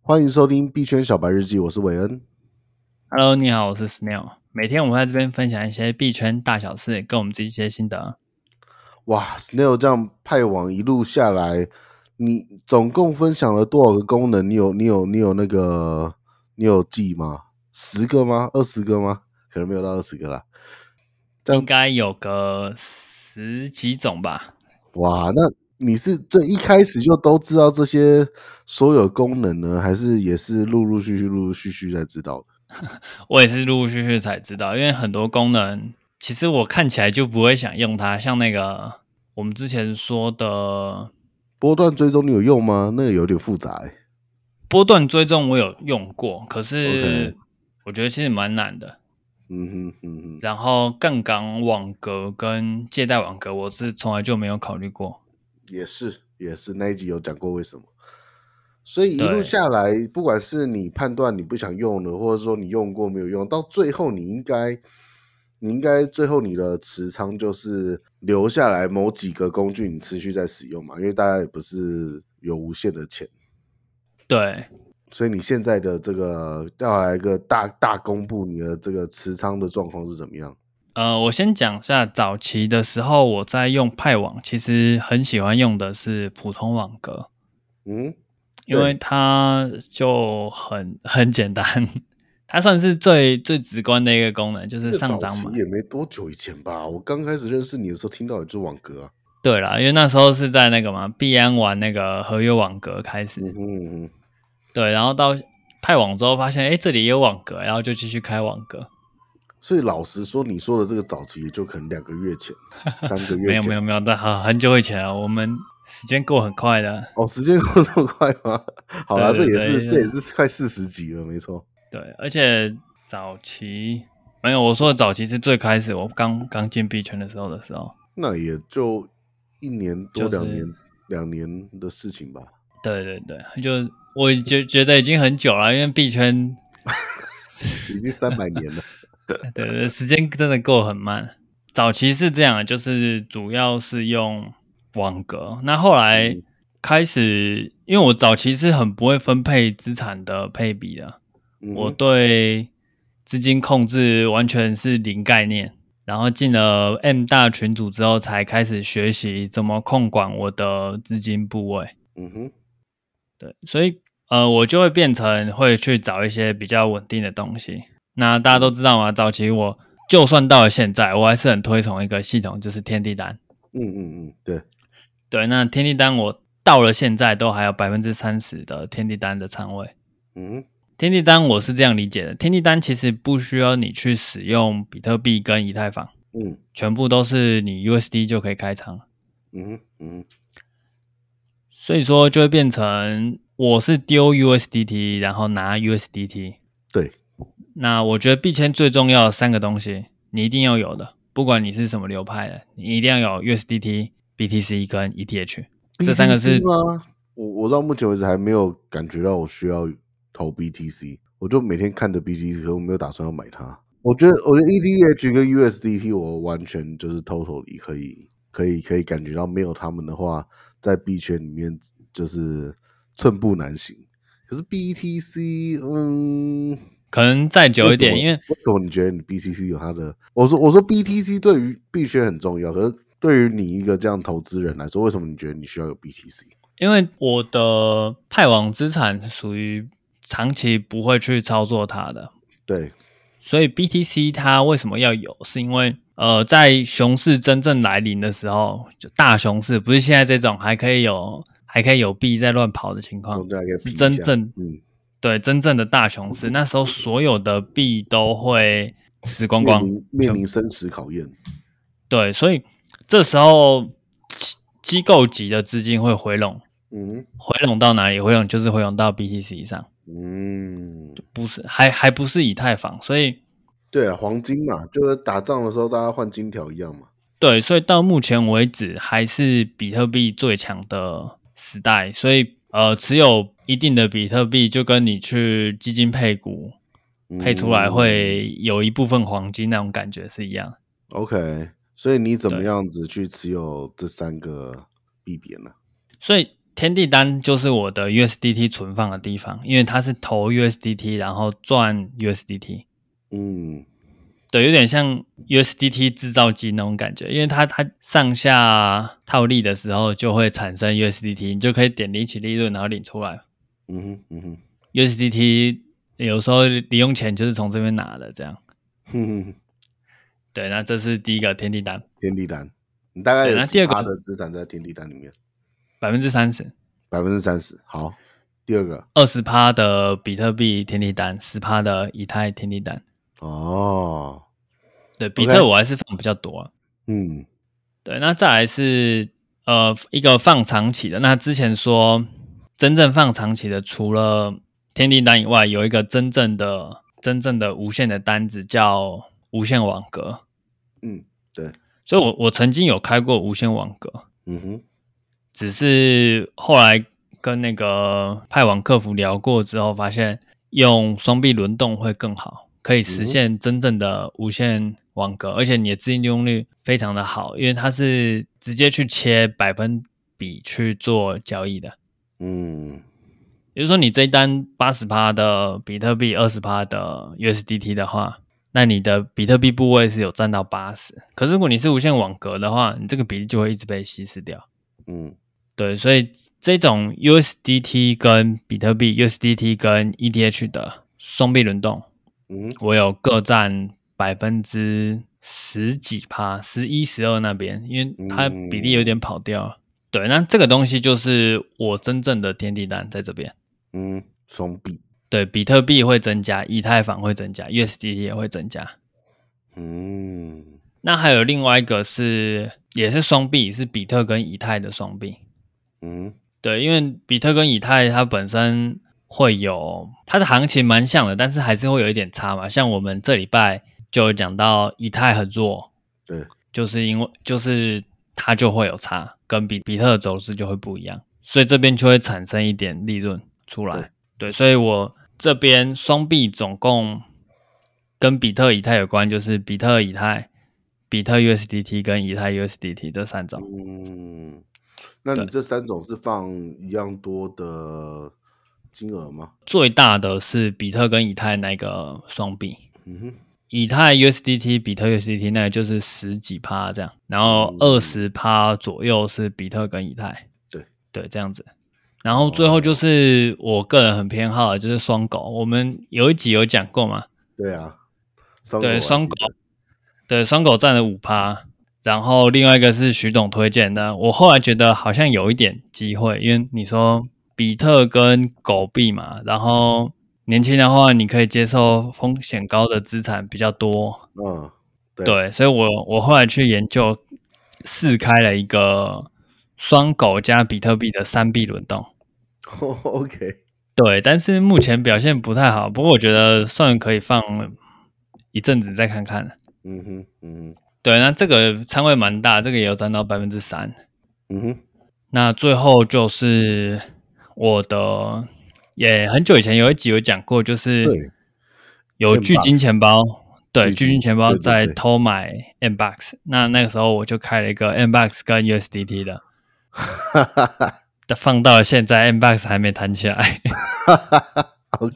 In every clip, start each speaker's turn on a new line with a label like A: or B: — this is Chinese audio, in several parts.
A: 欢迎收听币圈小白日记，我是韦恩。
B: Hello，你好，我是 Snail。每天我们在这边分享一些币圈大小事，跟我们自己一些心得。
A: 哇，Snail 这样派网一路下来，你总共分享了多少个功能？你有你有你有那个你有记吗？十个吗？二十个吗？可能没有到二十个啦。这样
B: 应该有个十几种吧？
A: 哇，那你是这一开始就都知道这些所有功能呢，还是也是陆陆续续、陆陆续续才知道的？
B: 我也是陆陆续续才知道，因为很多功能其实我看起来就不会想用它，像那个我们之前说的
A: 波段追踪你有用吗？那个有点复杂、欸。
B: 波段追踪，我有用过，可是我觉得其实蛮难的。
A: 嗯哼嗯哼。
B: 然后杠杆网格跟借贷网格，我是从来就没有考虑过。
A: 也是也是，那一集有讲过为什么。所以一路
B: 对
A: 下来，不管是你判断你不想用了，或者说你用过没有用，到最后你应该，你应该最后你的持仓就是留下来某几个工具，你持续在使用嘛，因为大家也不是有无限的钱，
B: 对，
A: 所以你现在的这个要来一个大大公布你的这个持仓的状况是怎么样？
B: 呃，我先讲一下早期的时候，我在用派网，其实很喜欢用的是普通网格，
A: 嗯，
B: 因为它就很很简单，它算是最最直观的一个功能，就是
A: 这
B: 上
A: 早
B: 涨
A: 期
B: 嘛。
A: 也没多久以前吧，我刚开始认识你的时候听到也就是网格啊，
B: 对啦，因为那时候是在那个嘛，币安玩那个合约网格开始，
A: 嗯哼嗯哼。
B: 对，然后到派网之后发现，哎，这里也有网格，然后就继续开网格。
A: 所以老实说，你说的这个早期也就可能两个月 前、三个
B: 没
A: 月
B: 有
A: 前，
B: 没有没有，那很很久以前了，我们时间过很快的。
A: 哦，时间过这么快吗？好啦，这也
B: 对对
A: 是
B: 对
A: 这也是快四十集了，没错。
B: 对，而且早期没有我说的早期是最开始我刚刚进币圈的时候的时候，
A: 那也就一年多、
B: 就是
A: 两年、两年的事情吧。
B: 对对对，就我觉觉得已经很久了，因为币圈，
A: 已经三百年 了。
B: 对对，时间真的过很慢。早期是这样，就是主要是用网格，那后来
A: 嗯
B: 开始，因为我早期是很不会分配资产的配比的，
A: 嗯
B: 我
A: 哼
B: 对资金控制完全是零概念，然后进了 M 大群组之后，才开始学习怎么控管我的资金部位。
A: 嗯哼，
B: 对，所以呃，我就会变成会去找一些比较稳定的东西。那大家都知道嘛，早期我就算到了现在，我还是很推崇一个系统，就是天地单。
A: 嗯嗯嗯，对，
B: 对，那天地单我到了现在都还有百分之三十的天地单的仓位。
A: 嗯哼，
B: 天地单我是这样理解的，天地单其实不需要你去使用比特币跟以太坊，
A: 嗯
B: 全部都是你 USD 就可以开仓，
A: 嗯哼嗯哼，
B: 所以说就会变成我是丢 USDT，然后拿 USDT。
A: 对，
B: 那我觉得币圈最重要的三个东西，你一定要有的，不管你是什么流派的，你一定要有 USDT、BTC 跟 E ETH。这三个是
A: BTC 吗？我我到目前为止还没有感觉到我需要投 BTC，我就每天看着 BTC，可是我没有打算要买它。我觉得我觉得 ETH 跟 USDT 我完全就是 totally 可以可以可以感觉到没有他们的话，在币圈里面就是寸步难行。可是 BTC，嗯，
B: 可能再久一点，
A: 什么
B: 因为
A: 为什么你觉得你 BTC 有它的？我说我说 BTC 对于币圈很重要，可是对于你一个这样投资人来说，为什么你觉得你需要有 BTC？
B: 因为我的派网资产属于长期不会去操作它的，
A: 对，
B: 所以 BTC 它为什么要有？是因为呃，在熊市真正来临的时候，就大熊市，不是现在这种还可以有还可以有币在乱跑的情况
A: 中，间还可以
B: 是
A: 比一
B: 真
A: 下
B: 正
A: 嗯
B: 对真正的大熊市。那时候所有的币都会死光
A: 面
B: 光，
A: 临面临生死考验。
B: 对，所以这时候机机构级的资金会回笼，
A: 嗯
B: 回笼到哪里？回笼就是回笼到 BTC 以上。
A: 嗯，
B: 不是，还还不是以太坊，所以
A: 对啊，黄金嘛，就是打仗的时候大家换金条一样嘛。
B: 对，所以到目前为止还是比特币最强的时代，所以呃，持有一定的比特币，就跟你去基金配股配出来会有一部分黄金那种感觉是一样。
A: OK，所以你怎么
B: 对
A: 样子去持有这三个币别呢？
B: 所以天地单就是我的 USDT 存放的地方，因为它是投 USDT 然后赚 USDT，
A: 嗯，
B: 对，有点像 USDT 制造机那种感觉，因为它它上下套利的时候就会产生 USDT，你就可以点领取利润然后领出来。
A: 嗯哼，嗯哼，
B: USDT 有时候零用钱就是从这边拿的，这样。
A: 哼哼 哼，
B: 对，那这是第一个天地单，
A: 天地单，你大概
B: 对
A: 有
B: 那
A: 几
B: 第二个
A: 趴的资产在天地单里面？
B: 百分之三十，
A: 百分之三十。好，第二个，
B: 二十趴的比特币天地单，十趴的以太天地单。
A: 哦，
B: 对，比特我还是放比较多、啊。
A: 嗯
B: 对，那再来是呃一个放长期的。那之前说真正放长期的，除了天地单以外，有一个真正的真正的无限的单子叫无限网格。
A: 嗯，对，
B: 所以我我曾经有开过无限网格，
A: 嗯哼，
B: 只是后来跟那个派网客服聊过之后，发现用双臂轮动会更好，可以实现真正的无限网格，而且你的资金利用率非常的好，因为它是直接去切百分比去做交易的。
A: 嗯
B: 也就是说，你这一单八十趴的比特币，二十趴的 USDT 的话，那你的比特币部位是有占到八十。可是如果你是无限网格的话，你这个比例就会一直被稀释掉。
A: 嗯
B: 对，所以这种 USDT 跟比特币、USDT 跟 ETH 的双币轮动，
A: 嗯哼，
B: 我有各占百分之十几趴，十一、十二那边，因为它比例有点跑掉了。对，那这个东西就是我真正的天地单在这边。
A: 嗯，双臂，
B: 对，比特币会增加，以太坊会增加，USDT 也会增加。
A: 嗯
B: 那还有另外一个是，也是双币，是比特跟以太的双币。
A: 嗯
B: 对，因为比特跟以太它本身会有它的行情蛮像的，但是还是会有一点差嘛。像我们这礼拜就有讲到以太很弱，
A: 对，
B: 就是因为就是它就会有差，跟比比特的走势就会不一样，所以这边就会产生一点利润出来。对，所以我这边双币总共跟比特、以太有关，就是比特、以太、比特 USDT 跟以太 USDT 这三种。
A: 嗯，那你这三种是放一样多的金额吗？
B: 最大的是比特跟以太那个双币，
A: 嗯哼，
B: 以太 USDT、比特 USDT 那个就是十几趴这样，然后
A: 嗯
B: 二十趴左右是比特跟以太，
A: 对哦
B: 对，这样子。然后最后就是我个人很偏好的就是双狗，我们有一集有讲过嘛，
A: 对啊，双
B: 对，
A: 我还
B: 双
A: 记
B: 狗
A: 得，
B: 对，双狗占了五趴，然后另外一个是徐董推荐的，我后来觉得好像有一点机会，因为你说比特跟狗币嘛，然后年轻的话你可以接受风险高的资产比较多，
A: 嗯，对
B: 对，所以我我后来去研究试开了一个双狗加比特币的三币轮动。
A: ，OK，
B: 对，但是目前表现不太好，不过我觉得算可以放一阵子再看看。
A: 嗯哼，嗯哼，
B: 对，那这个仓位蛮大，这个也有占到百分之三。
A: 嗯哼，
B: 那最后就是我的，也很久以前有一集有讲过，就是
A: 对
B: 有巨金
A: Mbox
B: 钱包，对，
A: 巨金
B: 巨金钱包
A: 对对
B: 在
A: 对
B: 偷买 M box。那那个时候我就开了一个 M box 跟 USDT 的，
A: 哈哈哈
B: 但放到现在 M box 还没弹起来。
A: 哈哈 哈，OK，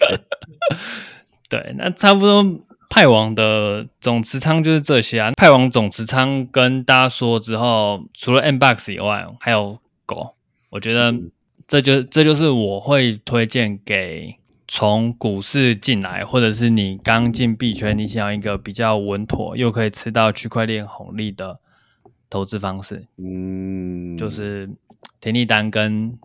B: 对，那差不多派王的总持仓就是这些啊。派王总持仓跟大家说之后，除了 M box 以外，还有狗。我觉得
A: 嗯
B: 这就这就是我会推荐给从股市进来，或者是你刚进币圈，你想要一个比较稳妥又可以吃到区块链红利的投资方式，
A: 嗯，
B: 就是田地单跟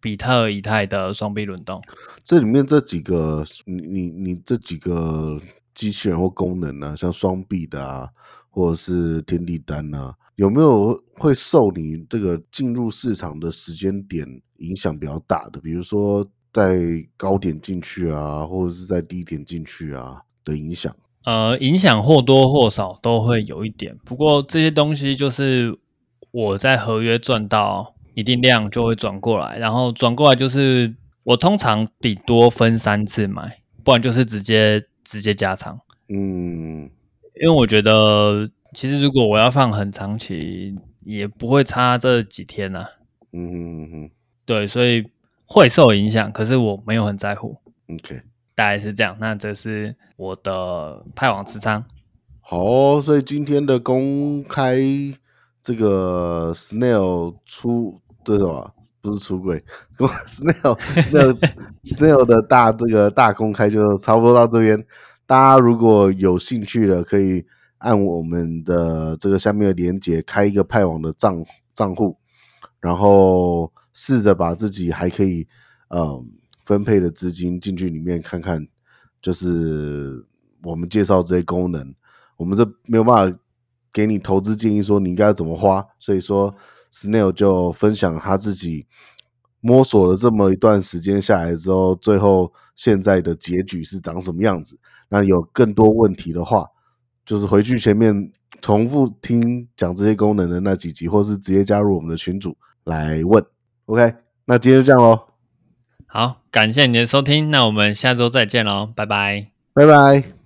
B: 比特、以太的双币轮动。
A: 这里面这几个，你你你这几个机器人或功能呢、像双臂的啊，或者是天地单啊，有没有会受你这个进入市场的时间点影响比较大的？比如说在高点进去啊，或者是在低点进去啊的影响？
B: 呃，影响或多或少都会有一点，不过这些东西就是我在合约赚到一定量就会转过来，然后转过来就是我通常顶多分三次买，不然就是直接直接加仓，
A: 嗯
B: 因为我觉得其实如果我要放很长期，也不会差这几天呐、啊
A: 嗯哼嗯哼
B: 对，所以会受影响，可是我没有很在乎，
A: OK，
B: 大概是这样。那这是我的派网持仓，
A: 好哦、所以今天的公开这个 Snail 出这什么？不是出柜，Snail Snail Snail 的大这个大公开就差不多到这边。大家如果有兴趣的，可以按我们的这个下面的链接开一个派网的账账户，然后试着把自己还可以嗯分配的资金进去里面看看，就是我们介绍这些功能，我们这没有办法给你投资建议，说你应该怎么花。所以说，Snail 就分享他自己摸索了这么一段时间下来之后，最后现在的结局是长什么样子。那有更多问题的话，就是回去前面重复听讲这些功能的那几集，或是直接加入我们的群组来问。OK，那今天就这样喽，
B: 好，感谢你的收听，那我们下周再见喽，拜拜。
A: 拜拜。